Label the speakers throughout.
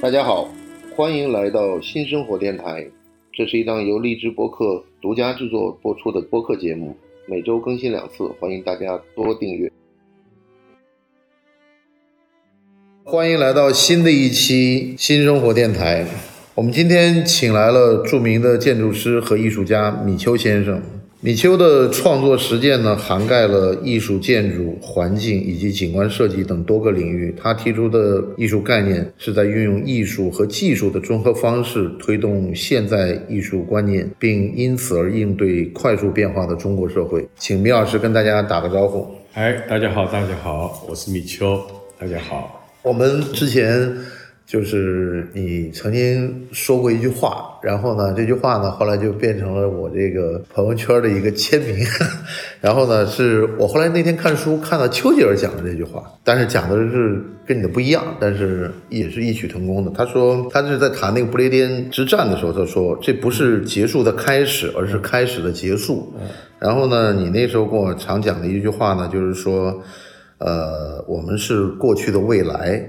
Speaker 1: 大家好，欢迎来到新生活电台，这是一档由荔枝播客独家制作播出的播客节目，每周更新两次，欢迎大家多订阅。欢迎来到新的一期新生活电台，我们今天请来了著名的建筑师和艺术家米丘先生。米丘的创作实践呢，涵盖了艺术、建筑、环境以及景观设计等多个领域。他提出的艺术概念是在运用艺术和技术的综合方式，推动现代艺术观念，并因此而应对快速变化的中国社会。请米老师跟大家打个招呼。
Speaker 2: 哎，大家好，大家好，我是米秋，大家好。
Speaker 1: 我们之前就是你曾经说过一句话，然后呢，这句话呢，后来就变成了我这个朋友圈的一个签名。 然后呢，是我后来那天看书看到丘吉尔讲的这句话，但是讲的是跟你的不一样，但是也是异曲同工的。他说他是在谈那个不列颠之战的时候，他说这不是结束的开始，而是开始的结束。然后呢，你那时候跟我常讲的一句话呢，就是说。呃，我们是过去的未来，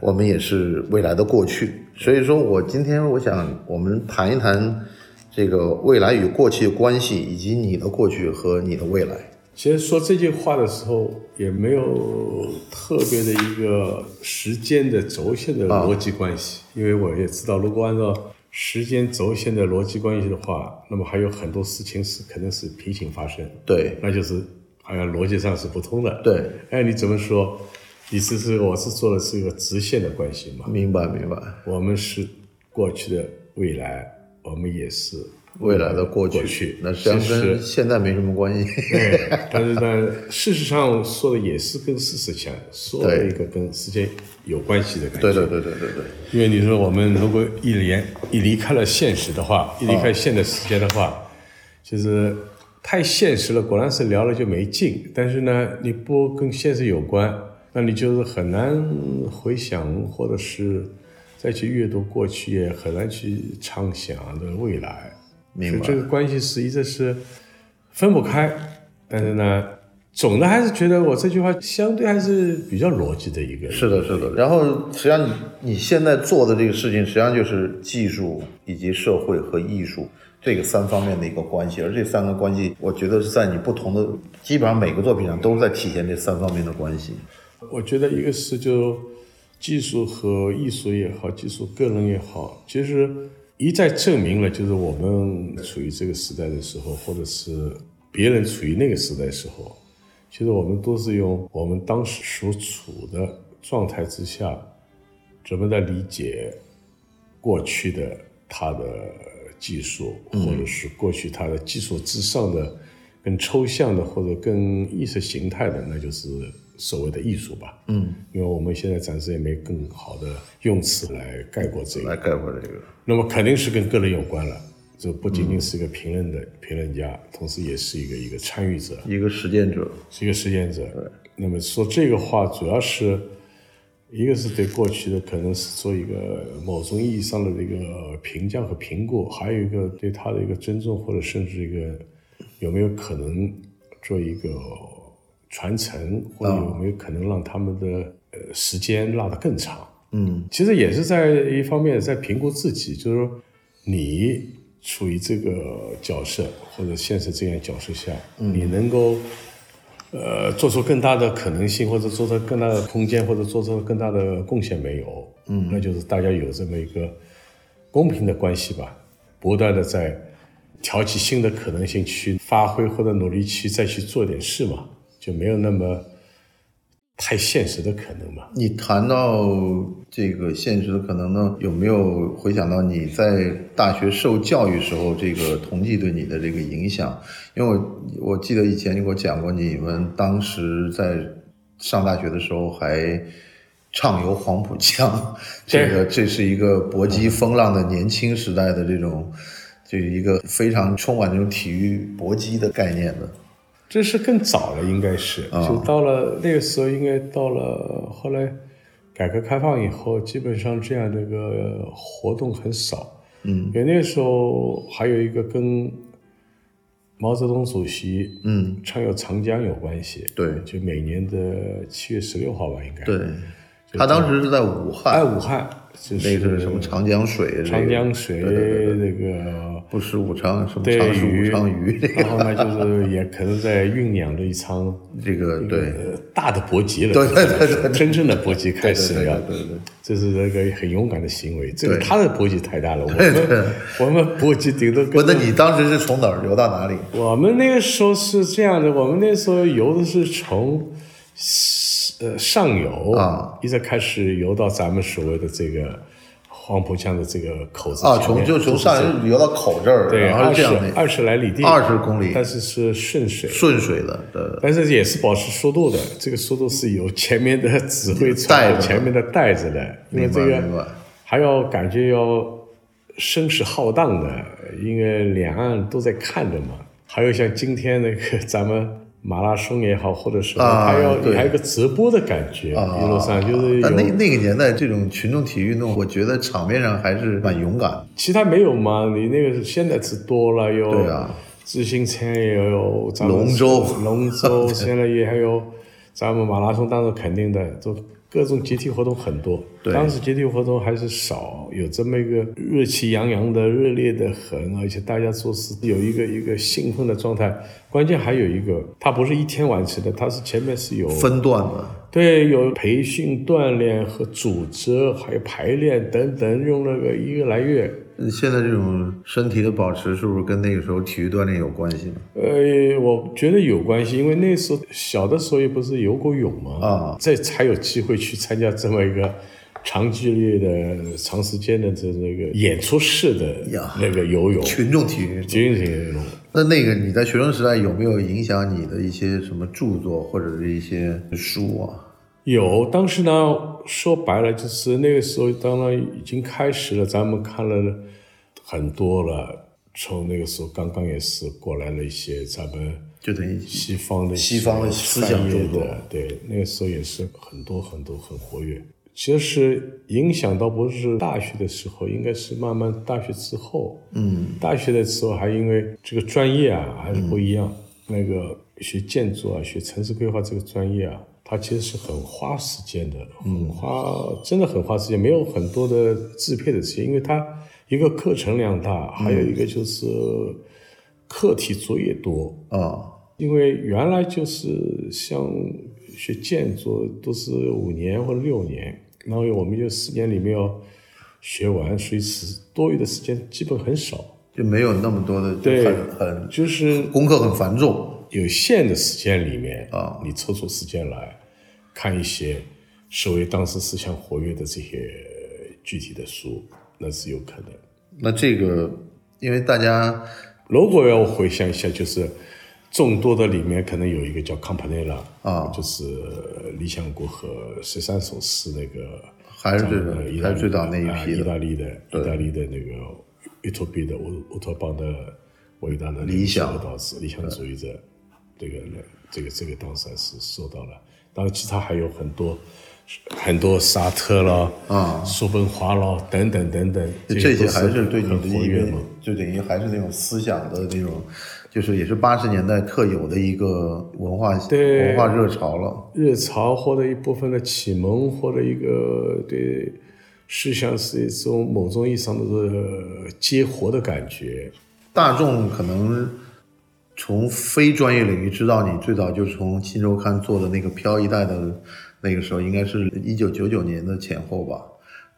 Speaker 1: 我们也是未来的过去。所以说我今天我想我们谈一谈这个未来与过去的关系，以及你的过去和你的未来。
Speaker 2: 其实说这句话的时候，也没有特别的一个时间的轴线的逻辑关系，因为我也知道，如果按照时间轴线的逻辑关系的话，那么还有很多事情是可能是平行发生，
Speaker 1: 对
Speaker 2: 那就是好像逻辑上是不通的。
Speaker 1: 对，
Speaker 2: 哎，你怎么说？你是是我是做的是一个直线的关系嘛？
Speaker 1: 明白明白，
Speaker 2: 我们是过去的未来，我们也是
Speaker 1: 未来的过去，
Speaker 2: 过去
Speaker 1: 那实际上
Speaker 2: 其
Speaker 1: 跟
Speaker 2: 实
Speaker 1: 现在没什么关系。
Speaker 2: 对，但是呢，事实上说的也是跟事实相，说了一个跟时间有关系的感觉。
Speaker 1: 对对对对对对，
Speaker 2: 因为你说我们如果一连一离开了现实的
Speaker 1: 啊
Speaker 2: 话，一离开现在时间的话，就是太现实了，果然是聊了就没劲。但是呢，你不跟现实有关，那你就是很难回想，或者是再去阅读过去，也很难去畅想的未来。
Speaker 1: 明
Speaker 2: 所以
Speaker 1: 白
Speaker 2: 这。个关系是一直是分不开，但是呢，总的还是觉得我这句话相对还是比较逻辑的一个。
Speaker 1: 是的，是的。然后，实际上你你现在做的这个事情，实际上就是技术以及社会和艺术这个三方面的一个关系，而这三个关系，我觉得是在你不同的，基本上每个作品上都是在体现这三方面的关系。
Speaker 2: 我觉得一个是就技术和艺术也好，技术个人也好，其实一再证明了，就是我们处于这个时代的时候，或者是别人处于那个时代的时候，其实我们都是用我们当时所处的状态之下，怎么在理解过去的它的技术，或者是过去它的技术之上的更抽象的或者更意识形态的，那就是所谓的艺术吧。嗯，因为我们现在暂时也没更好的用词来概括这个，
Speaker 1: 来概括这个，
Speaker 2: 那么肯定是跟个人有关了。这不仅仅是一个评论的评论家，同时也是一个一个参与者。
Speaker 1: 一个实践者，
Speaker 2: 是一个实践者。那么说这个话，主要是一个是对过去的可能是做一个某种意义上的一个评价和评估，还有一个对他的一个呃尊重，或者甚至一个有没有可能做一个呃传承，或者有没有可能让他们的呃时间拉得更长。
Speaker 1: 嗯，
Speaker 2: 其实也是在一方面在评估自己，就是说你处于这个角色或者现实这样的角色下，你能够呃做出更大的可能性，或者做出更大的空间，或者做出更大的贡献没有？嗯，那就是大家有这么一个公平的关系吧，不断的在挑起新的可能性去发挥或者努力去再去做点事嘛，就没有那么太现实的可能嘛。
Speaker 1: 你谈到这个现实的可能呢，有没有回想到你在大学受教育时候这个同济对你的这个影响？因为我我记得以前你给我讲过，你们当时在上大学的时候还畅游黄浦江， 这
Speaker 2: 对
Speaker 1: 个这是一个搏击风浪的年轻时代的这种，这一个非常充满这种体育搏击的概念的。
Speaker 2: 这是更早了，应该是，
Speaker 1: 啊
Speaker 2: 就到了那个时候，应该到了后来改革开放以后，基本上这样的一个活动很少。
Speaker 1: 嗯
Speaker 2: 因为那个时候还有一个跟毛泽东主席
Speaker 1: 嗯，
Speaker 2: 畅游长江有关系，
Speaker 1: 对
Speaker 2: 就每年的七月十六号吧，应该
Speaker 1: 对，他当时是在武汉
Speaker 2: 哎，。武汉就是
Speaker 1: 那个是什么长江水？
Speaker 2: 长江水
Speaker 1: 这个对对对对
Speaker 2: 那个
Speaker 1: 不食五常，什么
Speaker 2: 对
Speaker 1: 常食
Speaker 2: 鱼
Speaker 1: 五常鱼？这，
Speaker 2: 然后呢，就是也可能在酝酿着一场
Speaker 1: 这个对
Speaker 2: 呃大的搏击了，
Speaker 1: 对对对对
Speaker 2: 真正的搏击开始
Speaker 1: 对对
Speaker 2: 了，
Speaker 1: 对对对
Speaker 2: 这是那个很勇敢的行为。这个
Speaker 1: 对
Speaker 2: 他的搏击太大了，我们我们搏击顶多
Speaker 1: 不，
Speaker 2: 跟
Speaker 1: 那你当时是从哪儿游到哪里？
Speaker 2: 我们那个时候是这样的，我们那时候游的是从呃上游
Speaker 1: 啊，
Speaker 2: 一直开始游到咱们所谓的这个黄浦江的这个口子
Speaker 1: 啊，
Speaker 2: 前
Speaker 1: 从
Speaker 2: 面
Speaker 1: 就从上游游到口这儿，
Speaker 2: 对
Speaker 1: 然后
Speaker 2: 二
Speaker 1: 是这
Speaker 2: 十
Speaker 1: 样的
Speaker 2: 二十来里地，
Speaker 1: 二十公里
Speaker 2: 但是是顺水。
Speaker 1: 顺水的，呃对对
Speaker 2: 但是也是保持速度的，这个速度是由前面的指挥
Speaker 1: 带
Speaker 2: 船
Speaker 1: 着的
Speaker 2: 前面的带着的，因为
Speaker 1: 明白
Speaker 2: 这
Speaker 1: 明白
Speaker 2: 个还要感觉要声势浩荡的，因为两岸都在看着嘛。还有像今天那个咱们马拉松也好，或者什么，
Speaker 1: 啊
Speaker 2: 还要
Speaker 1: 对啊
Speaker 2: 还有个直播的感觉，一路上就是
Speaker 1: 但那
Speaker 2: 有
Speaker 1: 那个年代，这种群众体育运动，我觉得场面上还是蛮勇敢的。
Speaker 2: 其他没有嘛？你那个是现在是多了，有
Speaker 1: 对啊
Speaker 2: 自行车也有，咱们
Speaker 1: 龙舟
Speaker 2: 龙舟现在也还有，咱们马拉松当然肯定的，都各种集体活动很多。
Speaker 1: 对
Speaker 2: 当时集体活动还是少，有这么一个热气洋洋的、热烈的很，而且大家做事有一个一个兴奋的状态。关键还有一个，它不是一天完成的，它是前面是有
Speaker 1: 分段的，
Speaker 2: 对，有培训、锻炼和组织，还有排练等等，用了个一个来月。
Speaker 1: 嗯现在这种身体的保持，是不是跟那个时候体育锻炼有关系呢？
Speaker 2: 呃，我觉得有关系，因为那时候小的时候也不是游过泳嘛，
Speaker 1: 啊
Speaker 2: 这才有机会去参加这么一个长距离的、长时间的这这个演出式的
Speaker 1: 呀
Speaker 2: 那个游泳，
Speaker 1: 群众体育。
Speaker 2: 军人游泳。
Speaker 1: 那那个你在学生时代有没有影响你的一些什么著作或者是一些书啊？
Speaker 2: 有，当时呢，说白了就是那个时候，当然已经开始了，咱们看了很多了。从那个时候刚刚也是过来了一些咱们
Speaker 1: 就等于
Speaker 2: 西方的
Speaker 1: 西方的思想
Speaker 2: 专业
Speaker 1: 著作
Speaker 2: 的，对，那个时候也是很多很多很活跃。其实影响到不是大学的时候，应该是慢慢大学之后，
Speaker 1: 嗯，
Speaker 2: 大学的时候还因为这个专业啊还是不一样，那个学建筑啊、学城市规划这个专业啊，它其实是很花时间的，
Speaker 1: 嗯
Speaker 2: 很花真的很花时间，没有很多的自配的时间，因为它一个课程量大，还
Speaker 1: 嗯
Speaker 2: 有一个就是课题作业多，
Speaker 1: 啊，
Speaker 2: 因为原来就是像学建筑都是五年或者六年，然后我们就四年里面要学完，所以是多余的时间基本很少，
Speaker 1: 就没有那么多的，就
Speaker 2: 对
Speaker 1: 很很
Speaker 2: 就是
Speaker 1: 功课很繁重。
Speaker 2: 有限的时间里面
Speaker 1: 啊
Speaker 2: 你抽出时间来看一些所谓当时思想活跃的这些具体的书，那是有可能。
Speaker 1: 那这个，因为大家
Speaker 2: 如果要回想一下，就是众多的里面可能有一个叫康帕内拉
Speaker 1: 啊
Speaker 2: 就是《理想国》和《十三首诗》那个，
Speaker 1: 还是最
Speaker 2: 咱们的意大
Speaker 1: 还
Speaker 2: 利
Speaker 1: 是最早那一
Speaker 2: 啊
Speaker 1: 批
Speaker 2: 意
Speaker 1: 的
Speaker 2: 大利的意大利的那个乌托邦的乌乌托邦的伟大的
Speaker 1: 理想
Speaker 2: 导师、理想主义者，这个这个这个当时还是受到了，当然其他还有很多。很多沙特了，
Speaker 1: 啊
Speaker 2: 叔本华了，等等等等，
Speaker 1: 这些
Speaker 2: 都
Speaker 1: 还是对你
Speaker 2: 很
Speaker 1: 的
Speaker 2: 活
Speaker 1: 一
Speaker 2: 跃
Speaker 1: 个
Speaker 2: 嘛。，
Speaker 1: 就等于还是那种思想的那种，就是也是八十年代特有的一个文化
Speaker 2: 对
Speaker 1: 文化热潮了。
Speaker 2: 热潮或者一部分的启蒙，或者一个对思想是一种某种意义上的呃激活的感觉。
Speaker 1: 大众可能从非专业领域知道你，最早就从《新周刊》做的那个《飘一代》的那个时候，应该是一九九九年的前后吧，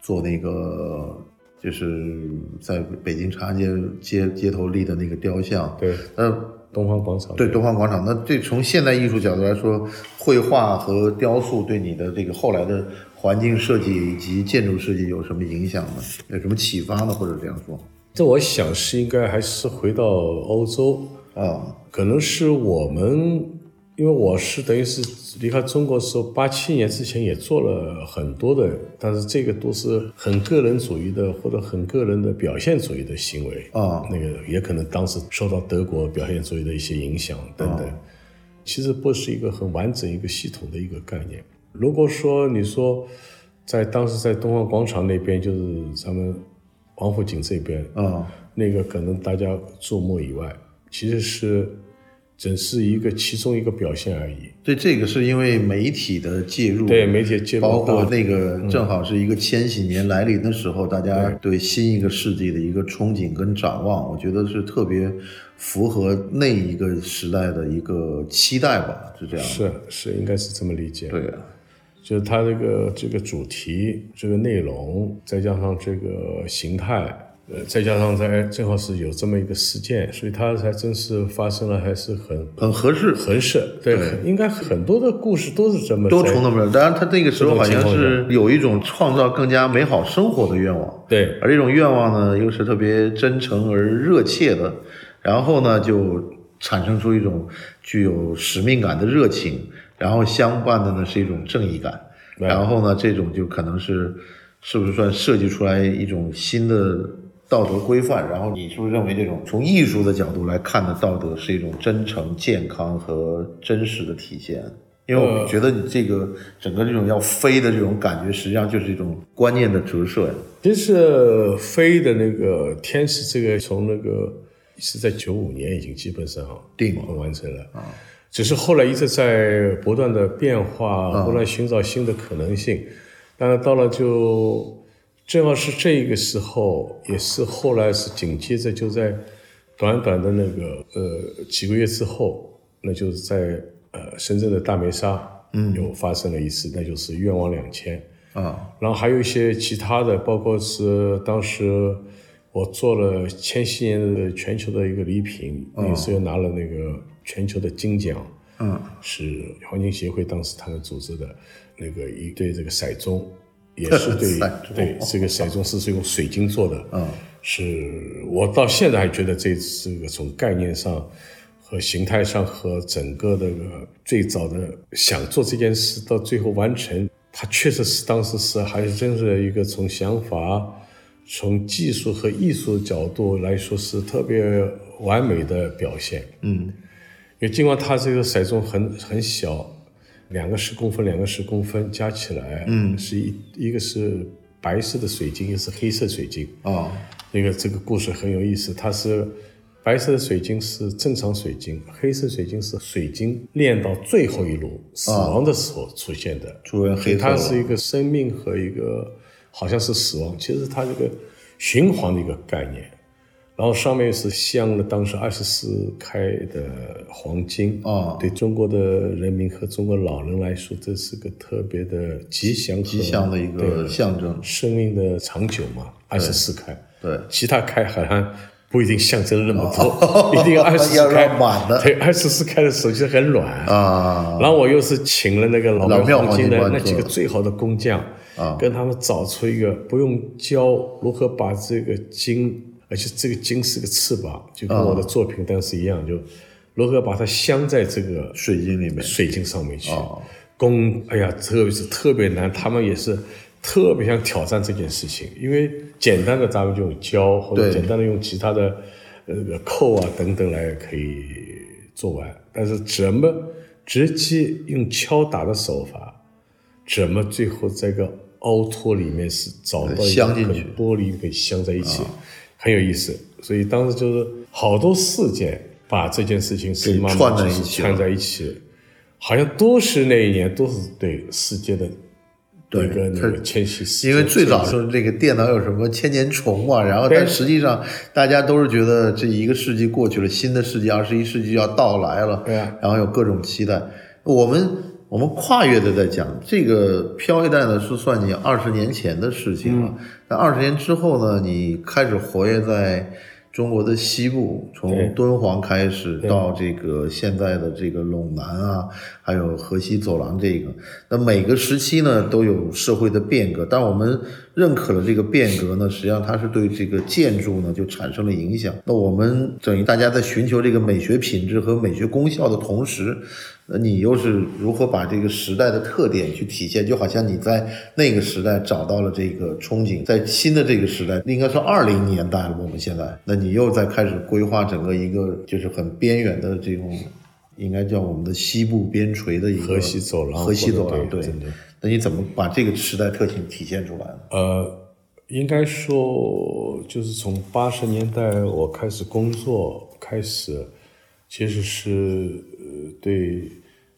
Speaker 1: 做那个就是在北京长安街街街头立的那个雕像。
Speaker 2: 对，
Speaker 1: 那
Speaker 2: 东方广场。
Speaker 1: 对，东方广场，那对从现代艺术角度来说，绘画和雕塑对你的这个后来的环境设计以及建筑设计有什么影响呢？有什么启发呢？或者这样说
Speaker 2: 这我想是应该还是回到欧洲，
Speaker 1: 啊
Speaker 2: 可能是我们，因为我是等于是离开中国的时候，八七年之前也做了很多的，但是这个都是很个人主义的或者很个人的表现主义的行为。
Speaker 1: 啊
Speaker 2: 那个也可能当时受到德国表现主义的一些影响等等，
Speaker 1: 哦
Speaker 2: 其实不是一个很完整、一个系统的一个概念。如果说你说在当时在东方广场那边，就是咱们王府井这边，
Speaker 1: 啊
Speaker 2: 那个可能大家注目以外，其实是只是一个其中一个表现而已。
Speaker 1: 对，这个是因为媒体的介入，
Speaker 2: 对媒体的介嗯
Speaker 1: 嗯
Speaker 2: 入
Speaker 1: 包括
Speaker 2: 大
Speaker 1: 那个正好是一个千禧年来临的时候，大家对新一个世纪的一个憧憬跟展望，我觉得是特别符合那一个时代的一个期待吧，是这样的。
Speaker 2: 是是，应该是这么理解。
Speaker 1: 对啊，
Speaker 2: 就是它这个这个主题、这个内容，再加上这个形态，呃，再加上在正好是有这么一个事件，所以它才真是发生了，还是很
Speaker 1: 很合适，
Speaker 2: 很是对，很应该很多的故事都是这么
Speaker 1: 都
Speaker 2: 在
Speaker 1: 从那边。当然，他那个时候好像是有一种创造更加美好生活的愿望，
Speaker 2: 对
Speaker 1: 而这种愿望呢，又是特别真诚而热切的，然后呢，就产生出一种具有使命感的热情，然后相伴的呢是一种正义感，
Speaker 2: 对
Speaker 1: 然后呢，这种就可能是是不是算设计出来一种新的道德规范？然后你是不是认为这种从艺术的角度来看的道德是一种真诚、健康和真实的体现？因为我觉得你这个整个这种要飞的这种感觉，实际上就是一种观念的折射呀。
Speaker 2: 其实飞的那个天使，这个从那个是在九五年已经基本上
Speaker 1: 定了
Speaker 2: 完完成了，只是后来一直在不断的变化，不断寻找新的可能性。但是到了就正好是这个时候，也是后来是紧接着就在短短的那个呃几个月之后，那就是在呃深圳的大梅沙，嗯，又发生了一次，那就是愿望两千。
Speaker 1: 啊，
Speaker 2: 然后还有一些其他的，包括是当时我做了千禧年的全球的一个礼品，也是拿了那个全球的金奖，
Speaker 1: 嗯，
Speaker 2: 是黄金协会当时他们组织的那个一对这个骰盅，也 是对
Speaker 1: 骰盅
Speaker 2: 对这个骰盅是是用水晶做的，
Speaker 1: 嗯，
Speaker 2: 是我到现在还觉得这这个从概念上。和形态上和整个的呃最早的想做这件事到最后完成，它确实是当时是还是真是一个从想法、从技术和艺术角度来说是特别完美的表现。
Speaker 1: 嗯，
Speaker 2: 因为尽管它这个骰盅很很小，两个十公分，两个十公分加起来，嗯，是一一个是白色的水晶，一个是黑色水晶，
Speaker 1: 啊，
Speaker 2: 那个这个故事很有意思，它是白色的水晶是正常水晶，黑色水晶是水晶炼到最后一炉死亡的时候出现的，
Speaker 1: 出人黑色
Speaker 2: 它
Speaker 1: 了
Speaker 2: 是一个生命和一个好像是死亡，其实它这个循环的一个概念。然后上面是镶了当时二十四开的黄金
Speaker 1: 啊
Speaker 2: 对中国的人民和中国老人来说，这是个特别的吉祥和
Speaker 1: 吉祥的一个
Speaker 2: 对
Speaker 1: 象征。
Speaker 2: 生命的长久嘛，二十四开。
Speaker 1: 对，
Speaker 2: 其他开好像不一定象征那么多，一定 要二十
Speaker 1: 哦要
Speaker 2: 四开
Speaker 1: 让满的
Speaker 2: 对，二十四开的手其实很软。
Speaker 1: 啊，
Speaker 2: 然后我又是请了那个
Speaker 1: 老
Speaker 2: 老
Speaker 1: 庙
Speaker 2: 庙
Speaker 1: 黄
Speaker 2: 黄金
Speaker 1: 金
Speaker 2: 的
Speaker 1: 官
Speaker 2: 那
Speaker 1: 做
Speaker 2: 几个
Speaker 1: 的
Speaker 2: 最好的工匠，
Speaker 1: 啊
Speaker 2: 跟他们找出一个不用教如何把这个金，而且这个金是个翅膀，就
Speaker 1: 啊
Speaker 2: 跟我的作品当时一样，就如何把它镶在这个
Speaker 1: 水晶里面
Speaker 2: 水晶上面去
Speaker 1: 哦。
Speaker 2: 工，哎呀，特别是特别难，他们也是特别想挑战这件事情，因为简单的咱们就用胶或者
Speaker 1: 对
Speaker 2: 简单的用其他的呃扣啊等等来可以做完，但是怎么啊直接用敲打的手法，怎么啊最后这个凹凸里面是找到一个
Speaker 1: 镶进
Speaker 2: 很
Speaker 1: 去啊
Speaker 2: 玻璃给镶在一起，很有意思。所以当时就是好多事件把这件事情是
Speaker 1: 给
Speaker 2: 慢慢
Speaker 1: 串在
Speaker 2: 就是
Speaker 1: 一起
Speaker 2: 串
Speaker 1: 了
Speaker 2: 在一起，好像都是那一年都是对世界的
Speaker 1: 对
Speaker 2: 一个那
Speaker 1: 它
Speaker 2: 个千禧世界，
Speaker 1: 因为最早说这个电脑有什么千年虫嘛，然后
Speaker 2: 对
Speaker 1: 但实际上大家都是觉得这一个世纪过去了，新的世纪二十一世纪要到来了，
Speaker 2: 对啊
Speaker 1: 然后有各种期待。我们我们跨越的在讲这个飘逸带呢，是算你二十年前的事情
Speaker 2: 嗯
Speaker 1: 了。那二十年之后呢，你开始活跃在中国的西部，
Speaker 2: 对
Speaker 1: 从敦煌开始到这个现在的这个陇南啊，还有河西走廊这个，那每个时期呢都有社会的变革，但我们认可了这个变革呢，实际上它是对这个建筑呢就产生了影响。那我们等于大家在寻求这个美学品质和美学功效的同时，呃你又是如何把这个时代的特点去体现？就好像你在那个时代找到了这个憧憬，在新的这个时代，应该说二零年代了吧，我们现在，那你又在开始规划整个一个就是很边缘的这种。应该叫我们的西部边陲的一个
Speaker 2: 河西走廊
Speaker 1: 河西走
Speaker 2: 或者
Speaker 1: 廊
Speaker 2: 对
Speaker 1: 对
Speaker 2: 真的。
Speaker 1: 那你怎么把这个时代特性体现出来呢？
Speaker 2: 呃，应该说就是从八十年代我开始工作开始，其实是呃对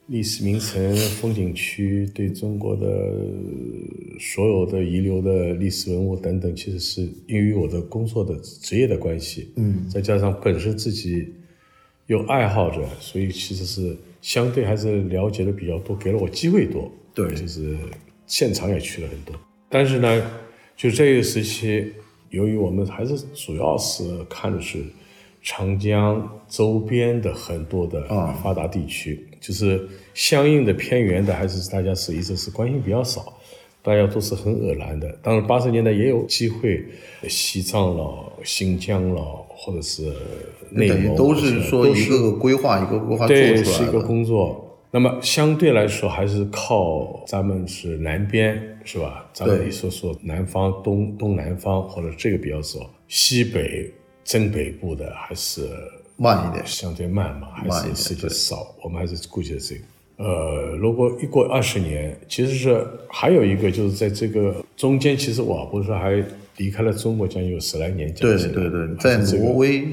Speaker 2: 历史名城、风景区、对中国的呃所有的遗留的历史文物等等，其实是因为我的工作的职业的关系，嗯，再加上本身自己有爱好者，所以其实是相对还是了解的比较多，给了我机会多，
Speaker 1: 对
Speaker 2: 就是现场也去了很多。但是呢，就这个时期，由于我们还是主要是看的是长江周边的很多的
Speaker 1: 啊
Speaker 2: 发达地区，就是相应的偏远的，还是大家是一直是关心比较少，大家都是很偶然的。当然，八十年代也有机会，西藏了、新疆了，或者是内
Speaker 1: 等于
Speaker 2: 蒙，
Speaker 1: 都
Speaker 2: 或者
Speaker 1: 是说
Speaker 2: 都
Speaker 1: 一个个规划，一个规划做
Speaker 2: 对，
Speaker 1: 出
Speaker 2: 是一
Speaker 1: 来
Speaker 2: 个
Speaker 1: 的。
Speaker 2: 工作。那么相对来说，还是靠咱们是南边是吧？咱们
Speaker 1: 对
Speaker 2: 也说说南方、东东南方或者这个比较少，西北真北部的还是
Speaker 1: 慢一点，
Speaker 2: 相对慢嘛，还
Speaker 1: 慢一点
Speaker 2: 是时间少，我们还是顾及这个。呃，如果一过二十年，其实是还有一个就是在这个中间，其实我不是还离开了中国将近有十来年将
Speaker 1: 对
Speaker 2: 近了，
Speaker 1: 对对，在
Speaker 2: 还是这个
Speaker 1: 挪威，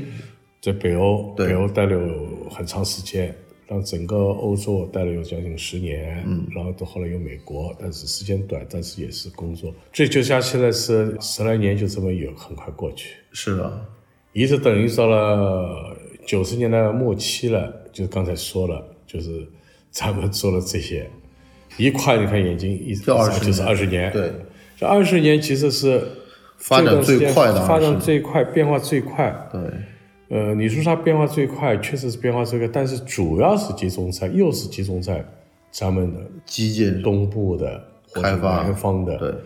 Speaker 2: 在北欧，
Speaker 1: 对
Speaker 2: 北欧待了有很长时间，让整个欧洲待了有将近十年，嗯，然后到后来有美国，但是时间短，但是也是工作，这就像现在是十来年，就这么有很快过去，
Speaker 1: 是啊，
Speaker 2: 一直等于到了九十年代末期了，就是刚才说了，就是咱们做了这些，一跨你看眼睛一啊
Speaker 1: 就20年
Speaker 2: 就是二十年，
Speaker 1: 对，
Speaker 2: 这二十年其实是
Speaker 1: 发展最快的
Speaker 2: 这段时间发
Speaker 1: 20
Speaker 2: 展
Speaker 1: 年
Speaker 2: 最快，变化最快，
Speaker 1: 对，
Speaker 2: 呃，你说它变化最快，确实是变化最快，但是主要是集中在，又是集中在咱们的
Speaker 1: 基建
Speaker 2: 东部的或
Speaker 1: 开
Speaker 2: 者
Speaker 1: 发
Speaker 2: 南方
Speaker 1: 对
Speaker 2: 的，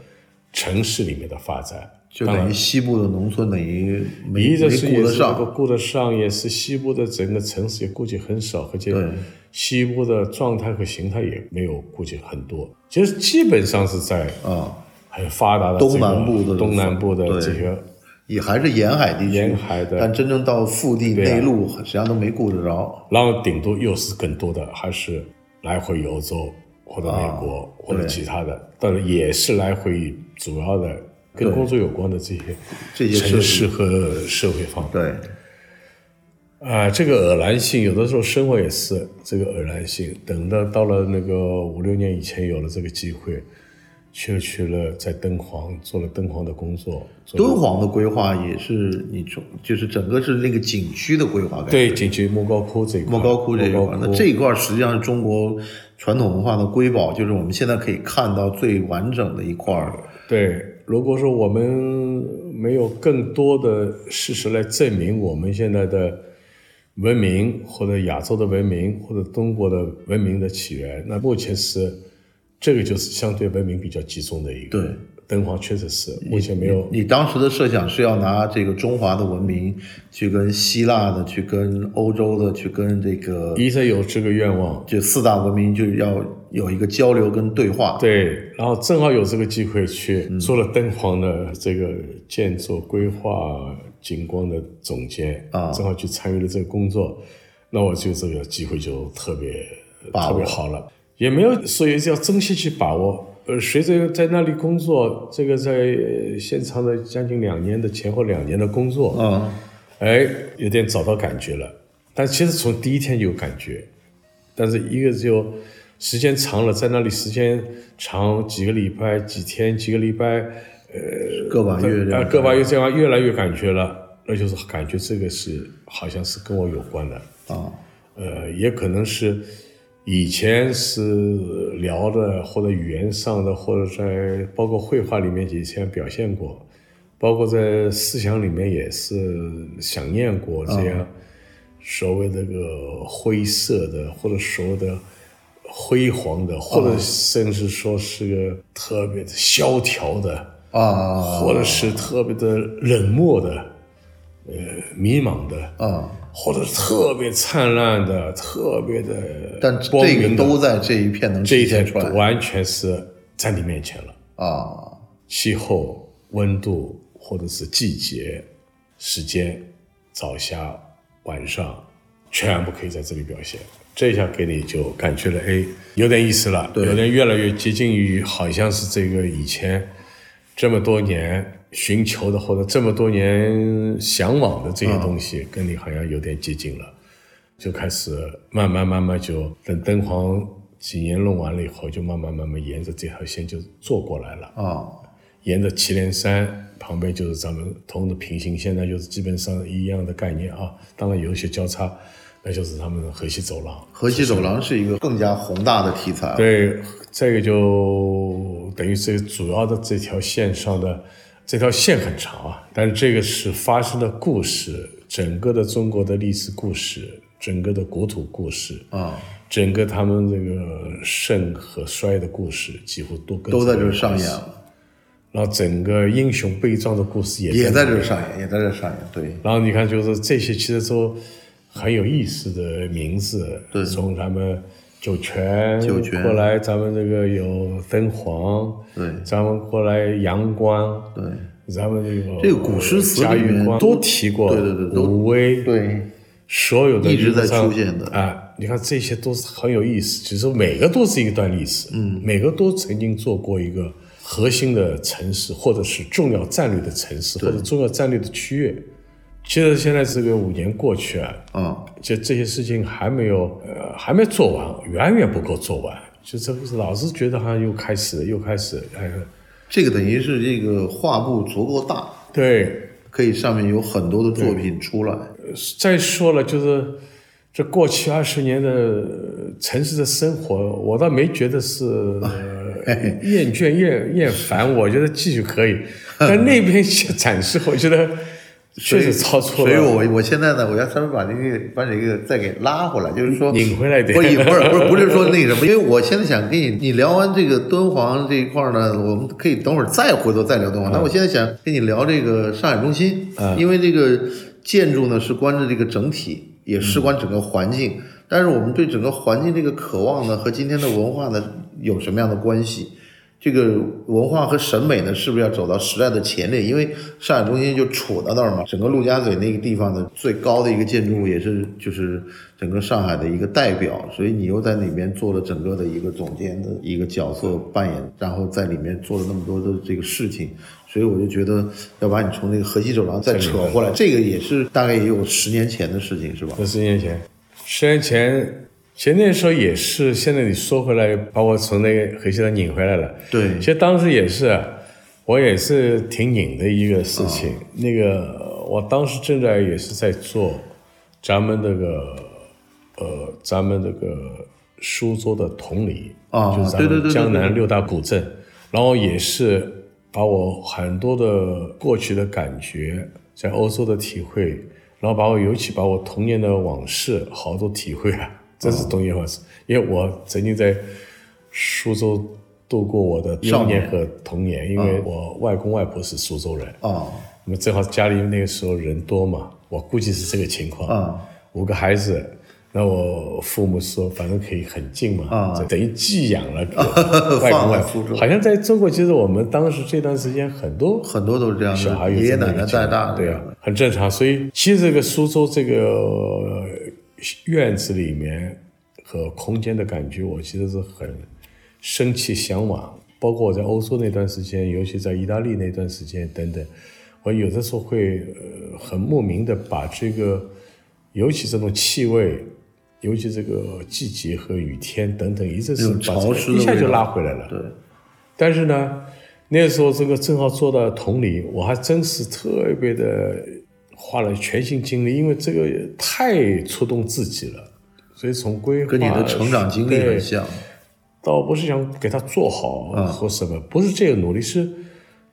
Speaker 2: 城市里面的发展。
Speaker 1: 就
Speaker 2: 当然
Speaker 1: 等于西部的农村等于没
Speaker 2: 一
Speaker 1: 没
Speaker 2: 个是
Speaker 1: 顾
Speaker 2: 也
Speaker 1: 得
Speaker 2: 是能够
Speaker 1: 上，
Speaker 2: 顾得上，也是西部的整个城市也顾及很少，而且
Speaker 1: 对
Speaker 2: 西部的状态和形态也没有顾及很多。其实基本上是在
Speaker 1: 啊，
Speaker 2: 很发达的
Speaker 1: 东
Speaker 2: 这个
Speaker 1: 南部的
Speaker 2: 东南部的
Speaker 1: 对
Speaker 2: 这些
Speaker 1: 也还是沿海地区，
Speaker 2: 沿海的
Speaker 1: 但真正到腹地
Speaker 2: 对啊
Speaker 1: 内陆，实际上都没顾得着。
Speaker 2: 然后顶多又是更多的还是来回于欧洲或者美国、或
Speaker 1: 啊
Speaker 2: 者
Speaker 1: 对
Speaker 2: 其他的，当然也是来回于主要的跟工作有关的这
Speaker 1: 这些
Speaker 2: 些城
Speaker 1: 设
Speaker 2: 市和社会方面。
Speaker 1: 对，
Speaker 2: 啊、这个偶然性，有的时候生活也是这个偶然性。等到到了那个五六年以前，有了这个机会，去了去了，在敦煌做了敦煌的工作，做了
Speaker 1: 敦煌的规划也是你从就是整个是那个景区的规划感觉，
Speaker 2: 对，景区莫高窟这一块，
Speaker 1: 莫高窟这一块
Speaker 2: 莫
Speaker 1: 儿，那这一块儿实际上是中国传统文化的瑰宝，就是我们现在可以看到最完整的一块儿。
Speaker 2: 对，如果说我们没有更多的事实来证明我们现在的文明，或者亚洲的文明，或者中国的文明的起源，那目前是这个就是相对文明比较集中的一个。
Speaker 1: 对，
Speaker 2: 敦煌确实是目前没有
Speaker 1: 你当时的设想是要拿这个中华的文明去跟希腊的、去跟欧洲的、去跟这个
Speaker 2: 一直有这个愿望。
Speaker 1: 这四大文明就要有一个交流跟对话。
Speaker 2: 对，然后正好有这个机会去
Speaker 1: 嗯
Speaker 2: 做了敦煌的这个建筑规划景观的总监
Speaker 1: 啊
Speaker 2: 正好去参与了这个工作，那我就这个机会就特别
Speaker 1: 把握
Speaker 2: 特别好了，也没有说一定要珍惜去把握。呃，随着在那里工作，这个在呃现场的将近两年的前后两年的工作，
Speaker 1: 嗯，
Speaker 2: 哎，有点找到感觉了。但其实从第一天就有感觉，但是一个就时间长了，在那里时间长，几个礼拜、几天、几个礼拜，
Speaker 1: 各把月
Speaker 2: 啊，
Speaker 1: 亮，
Speaker 2: 各把又这样越来越感觉了，那就是感觉这个是好像是跟我有关的。
Speaker 1: 啊，
Speaker 2: 呃，也可能是以前是聊的，或者语言上的，或者在包括绘画里面以前表现过，包括在思想里面也是想念过这样所谓这个灰色的，或者所谓的。辉煌的，或者甚至说是个特别的萧条的，
Speaker 1: 啊啊
Speaker 2: 或者是特别的冷漠的，呃，迷茫的，
Speaker 1: 啊啊！
Speaker 2: 或者是特别灿烂的、特别的，
Speaker 1: 但
Speaker 2: 光
Speaker 1: 这
Speaker 2: 明
Speaker 1: 个
Speaker 2: 的
Speaker 1: 都在这一片能
Speaker 2: 这一
Speaker 1: 体现
Speaker 2: 天
Speaker 1: 出来
Speaker 2: 完全是在你面前了。
Speaker 1: 啊。
Speaker 2: 气候、温度，或者是季节、时间，早霞、晚上，全部可以在这里表现。这下给你就感觉了，哎，有点意思了，
Speaker 1: 对
Speaker 2: 有点越来越接近于好像是这个以前这么多年寻求的或者这么多年向往的这些东西，跟你好像有点接近了。就开始慢慢慢慢就等敦煌几年弄完了以后，就慢慢慢慢沿着这条线就做过来了。
Speaker 1: 啊，
Speaker 2: 沿着祁连山旁边就是咱们通的平行线，那就是基本上一样的概念啊。当然有一些交叉，那就是他们的河西走廊。
Speaker 1: 河西走廊是一个更加宏大的题材啊。
Speaker 2: 对，这个就等于这个主要的这条线上的这条线很长啊，但是这个是发生的故事，整个的中国的历史故事，整个的国土故事，
Speaker 1: 啊，
Speaker 2: 整个他们这个盛和衰的故事，几乎都跟
Speaker 1: 都在这儿
Speaker 2: 儿
Speaker 1: 上演。啊了，
Speaker 2: 然后整个英雄悲壮的故事也
Speaker 1: 也
Speaker 2: 在
Speaker 1: 在这儿上演，也在这儿上演。对，
Speaker 2: 然后你看，就是这些其实都很有意思的名字，
Speaker 1: 对
Speaker 2: 从咱们酒泉
Speaker 1: 酒泉
Speaker 2: 过来，咱们这个有敦煌，
Speaker 1: 对
Speaker 2: 咱们过来阳关，
Speaker 1: 对，
Speaker 2: 咱们这个
Speaker 1: 这个古诗词
Speaker 2: 嘉
Speaker 1: 里面
Speaker 2: 峪关都提过，
Speaker 1: 对对对都
Speaker 2: 武威，
Speaker 1: 对，
Speaker 2: 所有的
Speaker 1: 一直在
Speaker 2: 历史上
Speaker 1: 出现的
Speaker 2: 啊。你看这些都是很有意思，其实每个都是一段历史，嗯，每个都曾经做过一个核心的城市，或者是重要战略的城市，或者重要战略的区域。其实现在这个五年过去啊，
Speaker 1: 啊，
Speaker 2: 就这些事情还没有呃还没做完，远远不够做完。就这不是老是觉得好像又开始了又开始了，哎，
Speaker 1: 这个等于是这个画布足够大，
Speaker 2: 对，
Speaker 1: 可以上面有很多的作品出来。
Speaker 2: 再说了，就是这过去二十年的呃城市的生活，我倒没觉得是 呃
Speaker 1: 哎
Speaker 2: 厌倦、厌厌烦，我觉得继续可 以。
Speaker 1: 嗯
Speaker 2: 但那边展示，我觉得确实超出
Speaker 1: 所以
Speaker 2: 了。
Speaker 1: 我我现在呢，我要稍微把这个把这个再给拉回来，就是说
Speaker 2: 拧回来一点
Speaker 1: 不是不是不是不是说那个什么，因为我现在想跟你你聊完这个敦煌这一块儿呢，我们可以等会儿再回头再聊敦煌。那、
Speaker 2: 嗯
Speaker 1: 我现在想跟你聊这个上海中心，因为这个建筑呢是关注这个整体，也
Speaker 2: 嗯
Speaker 1: 事关整个环境。但是我们对整个环境这个渴望呢，和今天的文化呢有什么样的关系？这个文化和审美呢，是不是要走到时代的前列？因为上海中心就处到那儿嘛，整个陆家嘴那个地方的最高的一个建筑物，也是就是整个上海的一个代表，所以你又在里面做了整个的一个总监的一个角色扮演，然后在里面做了那么多的这个事情，所以我就觉得要把你从那个河西走廊再扯回来，这个也是大概也有十年前的事情，是吧？
Speaker 2: 那十年前，十年前，其实那时候也是。现在你说回来，把我从那个河西来拧回来了。
Speaker 1: 对
Speaker 2: 其实当时也是，啊我也是挺拧的一个事情。
Speaker 1: 啊
Speaker 2: 那个我当时正在也是在做咱们这个呃，咱们这个苏州的同里
Speaker 1: 啊
Speaker 2: 就是咱
Speaker 1: 对对对
Speaker 2: 们
Speaker 1: 对
Speaker 2: 江
Speaker 1: 对
Speaker 2: 南六大古镇，然后也是把我很多的过去的感觉，在欧洲的体会，然后把我尤其把我童年的往事好多体会啊，真是童年往事，因为我曾经在苏州度过我的
Speaker 1: 少
Speaker 2: 幼年和童
Speaker 1: 嗯
Speaker 2: 年，因为我外公外婆是苏州人，
Speaker 1: 啊
Speaker 2: 那么正好家里那个时候人多嘛，我估计是这个情况。
Speaker 1: 啊
Speaker 2: 五个孩子，那我父母说反正可以很近嘛，
Speaker 1: 啊
Speaker 2: 这等于寄养了 外
Speaker 1: 放
Speaker 2: 公
Speaker 1: 在
Speaker 2: 外
Speaker 1: 苏
Speaker 2: 婆。
Speaker 1: 州
Speaker 2: 好像在中国，其实我们当时这段时间很多
Speaker 1: 很多都是这样
Speaker 2: 小孩
Speaker 1: 的，
Speaker 2: 有
Speaker 1: 爷爷
Speaker 2: 这么
Speaker 1: 奶
Speaker 2: 一个
Speaker 1: 奶
Speaker 2: 情
Speaker 1: 带
Speaker 2: 况
Speaker 1: 大的，
Speaker 2: 对啊，很正常。所以其实这个苏州这个呃院子里面和空间的感觉，我其实是很生气向往。包括我在欧洲那段时间，尤其在意大利那段时间等等，我有的时候会呃很莫名的把这个，尤其这种气味，尤其这个季节和雨天等等，一直是
Speaker 1: 那种
Speaker 2: 把这
Speaker 1: 潮
Speaker 2: 个
Speaker 1: 湿的
Speaker 2: 一下
Speaker 1: 味
Speaker 2: 就
Speaker 1: 道
Speaker 2: 拉回来了。
Speaker 1: 对
Speaker 2: 但是呢，那时候这个正好做到同理，我还真是特别的花了全心精力，因为这个太触动自己了，所以从规划
Speaker 1: 跟你的成长经历很
Speaker 2: 对
Speaker 1: 像。
Speaker 2: 倒不是想给它做好
Speaker 1: 啊
Speaker 2: 和什么，不是这个努力，是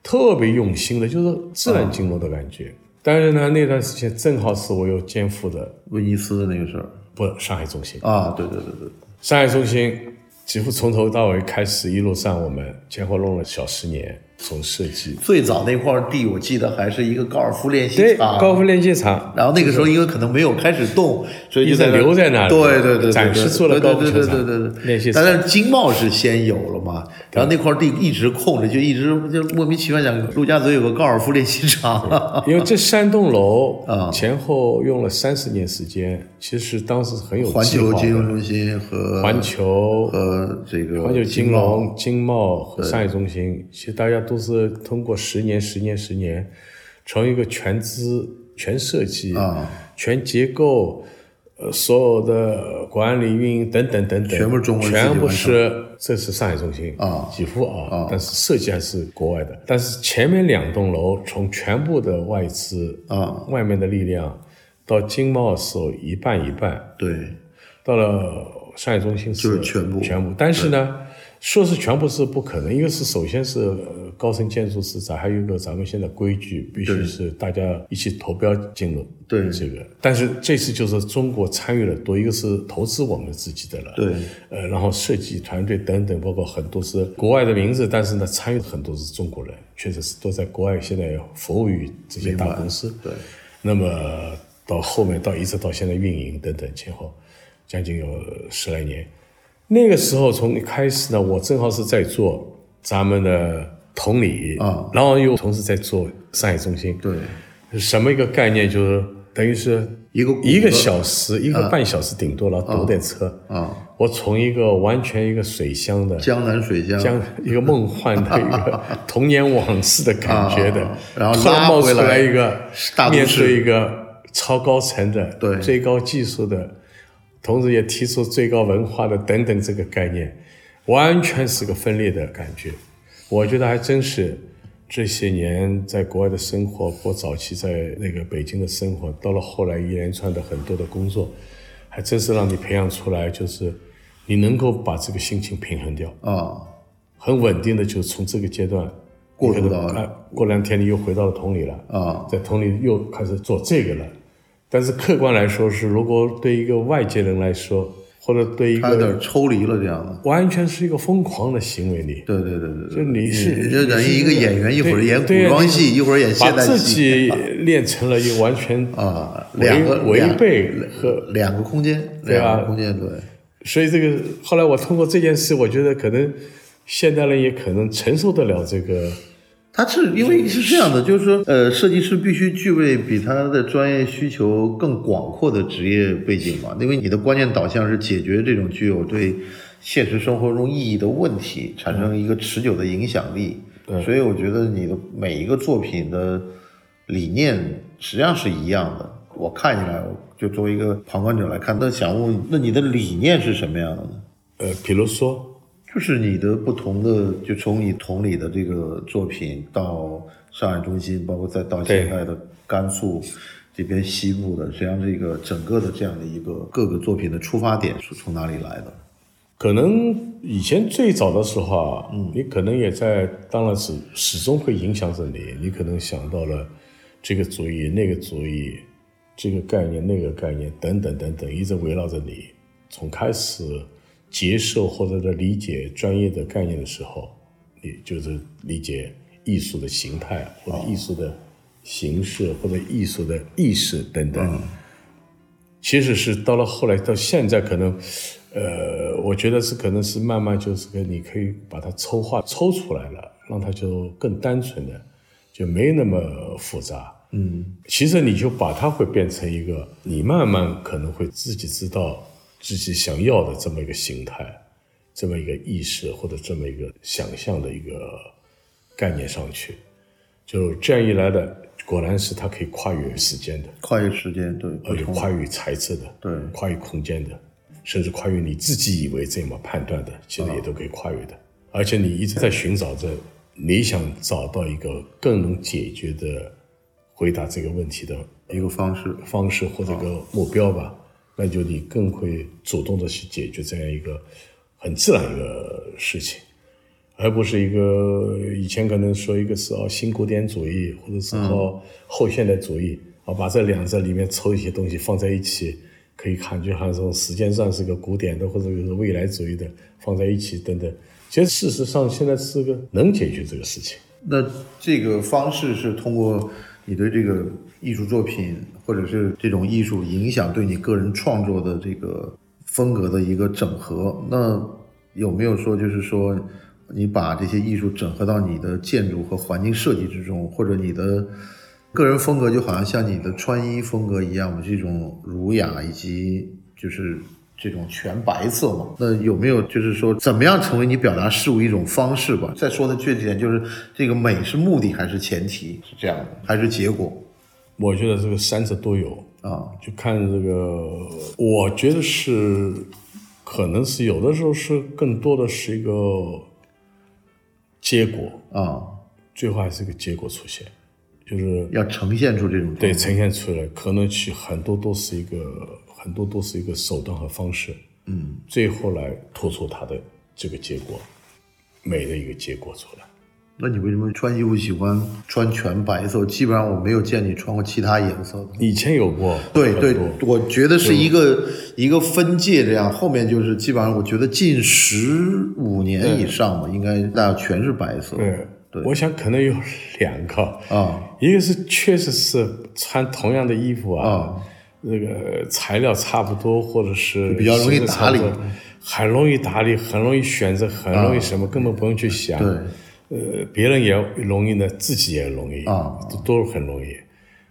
Speaker 2: 特别用心的，就是自然经络的感
Speaker 1: 啊
Speaker 2: 觉。但是呢，那段时间正好是我又肩负的
Speaker 1: 威尼斯的那个事儿
Speaker 2: 不上海中心，
Speaker 1: 啊，对对对对，
Speaker 2: 上海中心几乎从头到尾开始，一路上我们前后弄了小十年，从设计
Speaker 1: 最早那块地我记得还是一个高尔夫练习
Speaker 2: 对，
Speaker 1: 场，
Speaker 2: 高尔夫练习场
Speaker 1: 然后那个时候因为可能没有开始动，所以就
Speaker 2: 一直
Speaker 1: 在儿
Speaker 2: 留在那里
Speaker 1: 对对对对，
Speaker 2: 展示出了
Speaker 1: 对
Speaker 2: 高尔
Speaker 1: 对
Speaker 2: 夫球
Speaker 1: 对对
Speaker 2: 场
Speaker 1: 对对对
Speaker 2: 练习
Speaker 1: 但是经贸是先有了嘛，然后那块地一直空着，就一直就莫名其妙讲陆家嘴有个高尔夫练习场，
Speaker 2: 因为这三栋楼
Speaker 1: 啊
Speaker 2: 前后用了三十年时间，其实当时很有
Speaker 1: 环
Speaker 2: 计划
Speaker 1: 球
Speaker 2: 的
Speaker 1: 金融中心和
Speaker 2: 环球、
Speaker 1: 和这个
Speaker 2: 环球金
Speaker 1: 贸
Speaker 2: 融、经贸和商业中心，其实大家都是通过十年、十年、十年，从一个全资、全设计、
Speaker 1: 啊
Speaker 2: 全结构、呃所有的管理、运营等等等等，
Speaker 1: 全部是中国人自己
Speaker 2: 全部
Speaker 1: 完成
Speaker 2: 是这是上海中心
Speaker 1: 啊
Speaker 2: 几乎啊，但是设计还是国外的。但是前面两栋楼从全部的外资
Speaker 1: 啊，
Speaker 2: 外面的力量到经贸的时候一半一半，
Speaker 1: 对，
Speaker 2: 到了商业中心
Speaker 1: 就是是全部
Speaker 2: 全部，但是呢，说是全部是不可能，一个是首先是呃高层建筑师咱还有一个咱们现在规矩必须是大家一起投标进入，
Speaker 1: 对
Speaker 2: 这个，但是这次就是中国参与了多，一个是投资我们自己的了，
Speaker 1: 对，
Speaker 2: 呃，然后设计团队等等，包括很多是国外的名字，但是呢，参与的很多是中国人，确实是都在国外现在服务于这些大公司，
Speaker 1: 对，
Speaker 2: 那么到后面到一直到现在运营等等前后，将近有十来年。那个时候从一开始呢，我正好是在做咱们的同理
Speaker 1: 啊，
Speaker 2: 然后又同时在做上海中心。
Speaker 1: 对，
Speaker 2: 什么一个概念？就是等于是
Speaker 1: 一个谷歌
Speaker 2: 一个小时、一个半小时顶多了，然后堵点车。
Speaker 1: 啊，
Speaker 2: 我从一个完全一个水乡的
Speaker 1: 江南水乡，
Speaker 2: 像一个梦幻的一 个童年往事的感觉的，
Speaker 1: 啊然后
Speaker 2: 突然
Speaker 1: 拉
Speaker 2: 冒
Speaker 1: 回
Speaker 2: 出
Speaker 1: 来
Speaker 2: 来一个
Speaker 1: 大都
Speaker 2: 面
Speaker 1: 市
Speaker 2: 对一个超高层的、
Speaker 1: 对
Speaker 2: 最高技术的，同时也提出最高文化的等等这个概念，完全是个分裂的感觉。我觉得还真是这些年在国外的生活，包括早期在那个北京的生活，到了后来一连串的很多的工作，还真是让你培养出来，就是你能够把这个心情平衡掉。
Speaker 1: 啊，
Speaker 2: 很稳定的，就从这个阶段
Speaker 1: 过渡
Speaker 2: 你可
Speaker 1: 到
Speaker 2: 能哎过两天你又回到了同里了
Speaker 1: 啊，
Speaker 2: 在同里又开始做这个了。但是客观来说是，如果对一个外界人来说，或者对一
Speaker 1: 他有
Speaker 2: 个
Speaker 1: 点抽离了这样的，
Speaker 2: 完全是一个疯狂的行为，你
Speaker 1: 对对对对
Speaker 2: 就
Speaker 1: 对，
Speaker 2: 你是
Speaker 1: 就等于一个演员，一会儿演古
Speaker 2: 对
Speaker 1: 装戏，一会儿演
Speaker 2: 把
Speaker 1: 现代
Speaker 2: 自
Speaker 1: 戏
Speaker 2: 己练成了一个完全
Speaker 1: 啊，
Speaker 2: 违
Speaker 1: 两个
Speaker 2: 违
Speaker 1: 两
Speaker 2: 背和
Speaker 1: 两个空间，
Speaker 2: 对啊吧
Speaker 1: 两个空间，对，
Speaker 2: 所以这个后来我通过这件事，我觉得可能现代人也可能承受得了这个。
Speaker 1: 他是因为是这样的，就是说，呃，设计师必须具备比他的专业需求更广阔的职业背景嘛，因为你的关键导向是解决这种具有对现实生活中意义的问题，产生一个持久的影响力。
Speaker 2: 对
Speaker 1: 所以我觉得你的每一个作品的理念实际上是一样的。我看起来，就作为一个旁观者来看，那想问，那你的理念是什么样的呢？
Speaker 2: 呃，比如说，
Speaker 1: 就是你的不同的，就从你同里的这个作品到上海中心，包括再到现在的甘肃这边西部的，实际上这个整个的这样的一个各个作品的出发点是从哪里来的？
Speaker 2: 可能以前最早的时候啊，你可能也在，当然是始终会影响着你。你可能想到了这个主意、那个主意，这个概念、那个概念等等等等，一直围绕着你。从开始接受或者的理解专业的概念的时候，你就是理解艺术的形态啊或者艺术的形式或者艺术的意识等等。其实是到了后来到现在，可能，呃，我觉得是可能是慢慢就是个你可以把它抽化抽出来了，让它就更单纯的，就没那么复杂。嗯，其实你就把它会变成一个，你慢慢可能会自己知道自己想要的这么一个形态，这么一个意识或者这么一个想象的一个概念上去，就这样一来的，果然是它可以跨越时间的。
Speaker 1: 跨越时间，对，不
Speaker 2: 而且
Speaker 1: 同，
Speaker 2: 跨越材质的，
Speaker 1: 嗯对
Speaker 2: 跨越空间的，甚至跨越你自己以为这么判断的，其实也都可以跨越的。而且你一直在寻找着，你想找到一个更能解决的回答这个问题的
Speaker 1: 一个方式。
Speaker 2: 方式或者一个目标吧，那就你更会主动的去解决这样一个很自然一个事情，而不是一个以前可能说一个是哦新古典主义，或者是哦后现代主义，啊、把这两者里面抽一些东西放在一起，可以感觉好像从时间上是个古典的或者是未来主义的放在一起等等。其实事实上现在是个能解决这个事情。
Speaker 1: 那这个方式是通过你对这个艺术作品，或者是这种艺术影响对你个人创作的这个风格的一个整合。那有没有说，就是说你把这些艺术整合到你的建筑和环境设计之中，或者你的个人风格，就好像像你的穿衣风格一样，这种儒雅以及就是这种全白色嘛。那有没有就是说，怎么样成为你表达事物一种方式吧？再说的具体点，就是这个美是目的还是前提？是这样的，还是结果？
Speaker 2: 我觉得这个三者都有，
Speaker 1: 啊，
Speaker 2: 就看这个，我觉得是，可能是有的时候是更多的是一个结果，
Speaker 1: 啊，
Speaker 2: 最后还是一个结果出现，就是
Speaker 1: 要呈现出这种
Speaker 2: 对呈现出来，可能去很多都是一个很多都是一个手段和方式，
Speaker 1: 嗯，
Speaker 2: 最后来突出它的这个结果美的一个结果出来。
Speaker 1: 那你为什么穿衣服喜欢穿全白色？基本上我没有见你穿过其他颜色的。
Speaker 2: 以前有过，
Speaker 1: 对
Speaker 2: 很
Speaker 1: 对
Speaker 2: 多，
Speaker 1: 我觉得是一个一个分界，这样后面就是基本上，我觉得近十五年以上吧，应该那全是白色。
Speaker 2: 对，
Speaker 1: 对
Speaker 2: 我想可能有两个
Speaker 1: 啊，
Speaker 2: 一个是确实是穿同样的衣服啊
Speaker 1: 啊，
Speaker 2: 那个材料差不多，或者是
Speaker 1: 比较容易打理
Speaker 2: 形式差不多，很容易打理，很容易选择，很容易什么，根本不用去想。
Speaker 1: 啊对，
Speaker 2: 呃，别人也容易呢，自己也容易
Speaker 1: 啊，
Speaker 2: 都都很容易。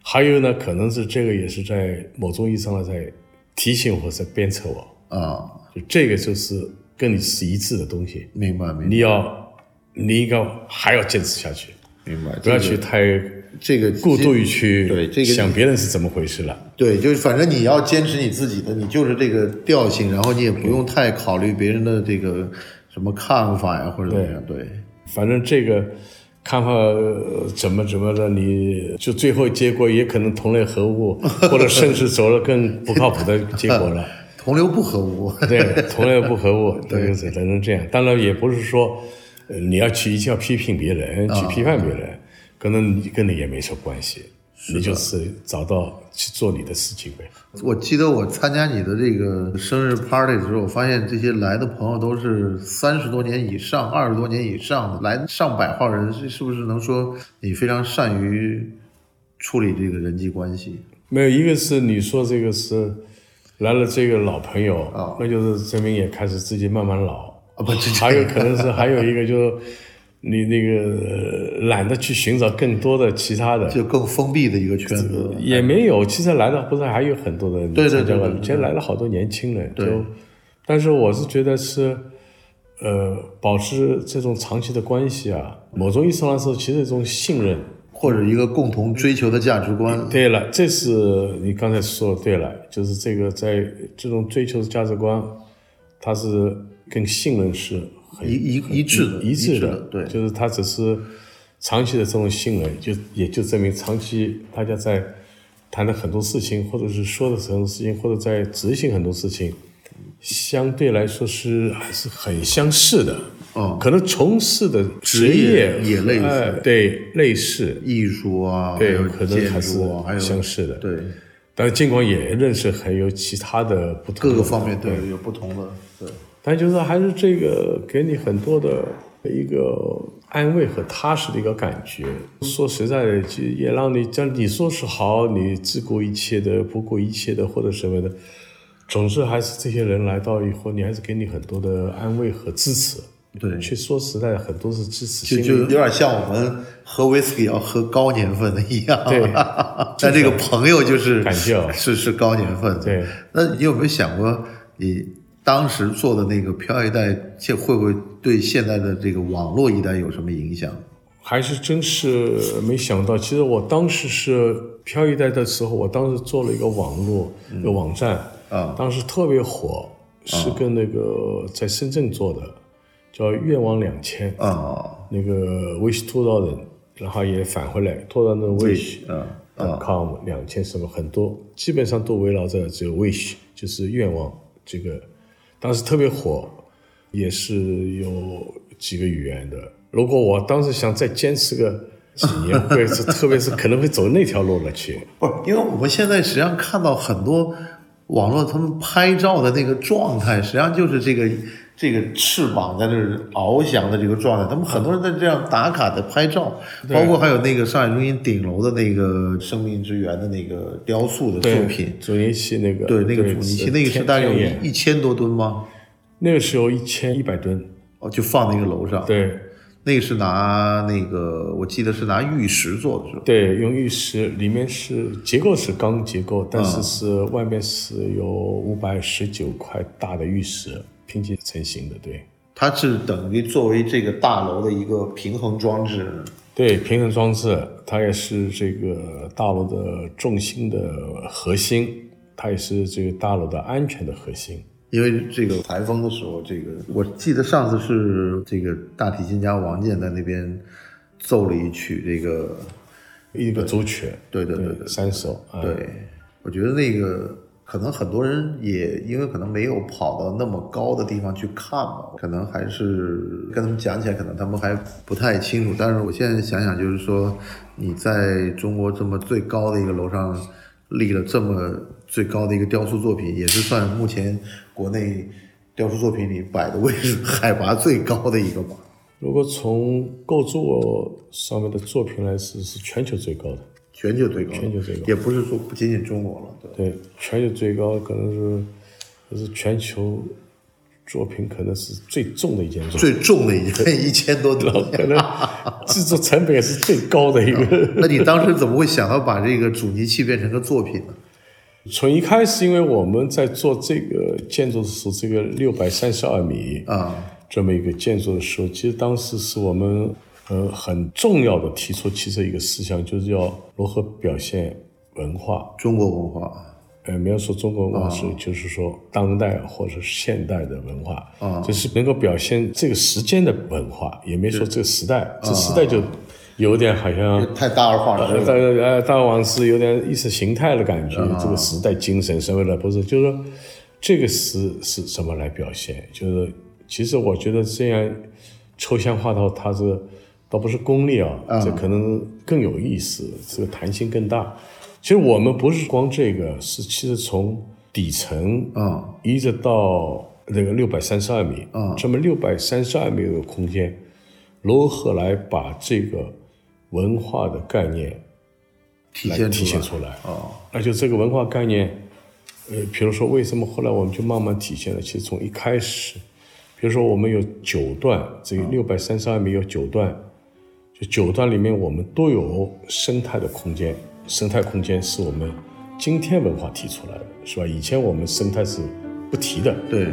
Speaker 2: 还有呢，可能是这个也是在某种意义上呢，在提醒我，在鞭策我，
Speaker 1: 啊，
Speaker 2: 就这个就是跟你是一致的东西，
Speaker 1: 明白明白
Speaker 2: 你要，你应该还要坚持下去，
Speaker 1: 明白，
Speaker 2: 不要去太
Speaker 1: 这个
Speaker 2: 过度于去
Speaker 1: 对这个
Speaker 2: 想别人是怎么回事了。
Speaker 1: 对，就是反正你要坚持你自己的，你就是这个调性，然后你也不用太考虑别人的这个什么看法呀或者怎么样。对，
Speaker 2: 反正这个看法呃怎么怎么的，你就最后结果也可能同类合物，或者甚至走了更不靠谱的结果了。
Speaker 1: 同流不合污。
Speaker 2: 对，同类不合物，这个只能这样。当然也不是说，呃，你要去一定要批评别人，去批判别人，可能跟你也没什么关系。你就是找到去做你的事情呗。
Speaker 1: 我记得我参加你的这个生日 party 的时候，我发现这些来的朋友都是三十多年以上、二十多年以上的，来上百号人，是是不是能说你非常善于处理这个人际关系？
Speaker 2: 没有一个是你说这个是来了这个老朋友，那就是证明也开始自己慢慢老
Speaker 1: 啊不这
Speaker 2: 还有可能是还有一个就是你那个呃懒得去寻找更多的其他的，
Speaker 1: 就更封闭的一个圈子。
Speaker 2: 也没有。其实来了不是还有很多的，
Speaker 1: 对对对对对
Speaker 2: 其实来了好多年轻人，就，但是我是觉得是，呃，保持这种长期的关系啊，某种意义上来说，其实这种信任，
Speaker 1: 或者一个共同追求的价值观，
Speaker 2: 对了，这是你刚才说的，对了，就是这个在这种追求价值观，它是跟信任是很
Speaker 1: 一一一致的，
Speaker 2: 一致
Speaker 1: 的，对，
Speaker 2: 就是它只是长期的这种信任，就也就证明长期大家在谈的很多事情，或者是说的很多事情，或者在执行很多事情，相对来说是还是很相似的。
Speaker 1: 嗯
Speaker 2: 可能从事的
Speaker 1: 职
Speaker 2: 职
Speaker 1: 业
Speaker 2: 业
Speaker 1: 也类似
Speaker 2: 哎对，类似，
Speaker 1: 艺术啊，还
Speaker 2: 对，
Speaker 1: 有
Speaker 2: 可能还
Speaker 1: 建
Speaker 2: 是
Speaker 1: 筑啊，还有
Speaker 2: 相似的。
Speaker 1: 对
Speaker 2: 但是尽管也认识还有其他的不同
Speaker 1: 各
Speaker 2: 的
Speaker 1: 个方面都有不同的，对，
Speaker 2: 但就是还是这个给你很多的一个安慰和踏实的一个感觉。说实在的，就也让你这样你说是好，你自顾一切的、不顾一切的或者什么的，总之还是这些人来到以后，你还是给你很多的安慰和支持。
Speaker 1: 对
Speaker 2: 去说实在的，很多是支持，
Speaker 1: 就
Speaker 2: 心
Speaker 1: 就有
Speaker 2: 里
Speaker 1: 点像我们喝 whisky 要喝高年份的一样，
Speaker 2: 对
Speaker 1: 但这个朋友就是
Speaker 2: 感觉哦
Speaker 1: 是是高年份的，
Speaker 2: 对。
Speaker 1: 那你有没有想过，你当时做的那个漂一代，这会不会对现在的这个网络一代有什么影响？
Speaker 2: 还是真是没想到。其实我当时是漂一代的时候，我当时做了一个网络一个网站，
Speaker 1: 啊
Speaker 2: 当时特别火，是跟那个在深圳做的，叫“愿望两千
Speaker 1: 啊”，
Speaker 2: 那个 wish two thousand，然后也返回来 two thousand wish
Speaker 1: 啊啊
Speaker 2: com 两千什么很多，基本上都围绕着这个 wish，就是愿望这个，当时特别火，也是有几个语言的。如果我当时想再坚持个几年，会是特别是可能会走那条路 了去。
Speaker 1: 不是，因为我们现在实际上看到很多网络他们拍照的那个状态，实际上就是这个这个翅膀在这儿翱翔的这个状态。他们很多人在这样打卡的拍照，包括还有那个上海中心顶楼的那个生命之源的那个雕塑的作品，
Speaker 2: 阻尼器那个，
Speaker 1: 对，那个阻尼器，那个是
Speaker 2: 天
Speaker 1: 大概有
Speaker 2: 天眼
Speaker 1: 一一千多吨吗？
Speaker 2: 那个时候一千一百吨，
Speaker 1: 哦，就放那个楼上，
Speaker 2: 对
Speaker 1: 那个是拿那个我记得是拿玉石做的，是吧？
Speaker 2: 对，用玉石，里面是结构是钢结构，但
Speaker 1: 嗯
Speaker 2: 是是外面是有五百十九块大的玉石拼接成型的，对。
Speaker 1: 它是等于作为这个大楼的一个平衡装置
Speaker 2: 对，平衡装置，它也是这个大楼的重心的核心，它也是这个大楼的安全的核心。
Speaker 1: 因为这个台风的时候，这个我记得上次是这个大提琴家王健在那边奏了一曲这个，
Speaker 2: 一个组曲，
Speaker 1: 对对对对
Speaker 2: 三首，啊
Speaker 1: 对，我觉得那个可能很多人也因为可能没有跑到那么高的地方去看吧，可能还是跟他们讲起来，可能他们还不太清楚。但是我现在想想，就是说你在中国这么最高的一个楼上立了这么最高的一个雕塑作品，也是算目前国内雕塑作品里摆的位置 海拔最高的一个吧。
Speaker 2: 如果从构筑上面的作品来是是全球最高的，
Speaker 1: 全球最高的，
Speaker 2: 全球最高
Speaker 1: 也不是说不仅仅中国了，对。
Speaker 2: 对，全球最高可能是，是全球作品可能是最重的一件作品，
Speaker 1: 最重的一件一千多吨，
Speaker 2: 可能制作成本也是最高的一个。
Speaker 1: 那你当时怎么会想到把这个阻尼器变成个作品呢？
Speaker 2: 从一开始，因为我们在做这个建筑的时候，这个六百三十二米
Speaker 1: 啊，
Speaker 2: 这么一个建筑的时候，其实当时是我们呃很重要的提出其实一个思想，就是要如何表现文化。
Speaker 1: 中国文化
Speaker 2: 呃，描述中国文化是就是说当代或者是现代的文化，
Speaker 1: 啊
Speaker 2: 就是能够表现这个时间的文化，也没说这个时代，这时代就有点好像。
Speaker 1: 太大而化之
Speaker 2: 呃，
Speaker 1: 了。
Speaker 2: 大呃，大王是有点意识形态的感觉，这个时代精神什么的，不是，就是说这个是是什么来表现？就是其实我觉得这样抽象化到它是倒不是功利啊，这可能更有意思，这个弹性更大。其实我们不是光这个，是其实从底层
Speaker 1: 嗯，
Speaker 2: 一直到那个六百三十二米，
Speaker 1: 嗯
Speaker 2: 这么六百三十二米的空间，如何来把这个文化的概念
Speaker 1: 体
Speaker 2: 来
Speaker 1: 现
Speaker 2: 体
Speaker 1: 出
Speaker 2: 现
Speaker 1: 来。
Speaker 2: 出来？
Speaker 1: 哦，
Speaker 2: 那就这个文化概念，呃，比如说为什么后来我们就慢慢体现了？其实从一开始，比如说我们有九段，这
Speaker 1: 嗯
Speaker 2: 个六百三十二米有九段，就九段里面我们都有生态的空间，生态空间是我们今天文化提出来的，是吧？以前我们生态是不提的，
Speaker 1: 对，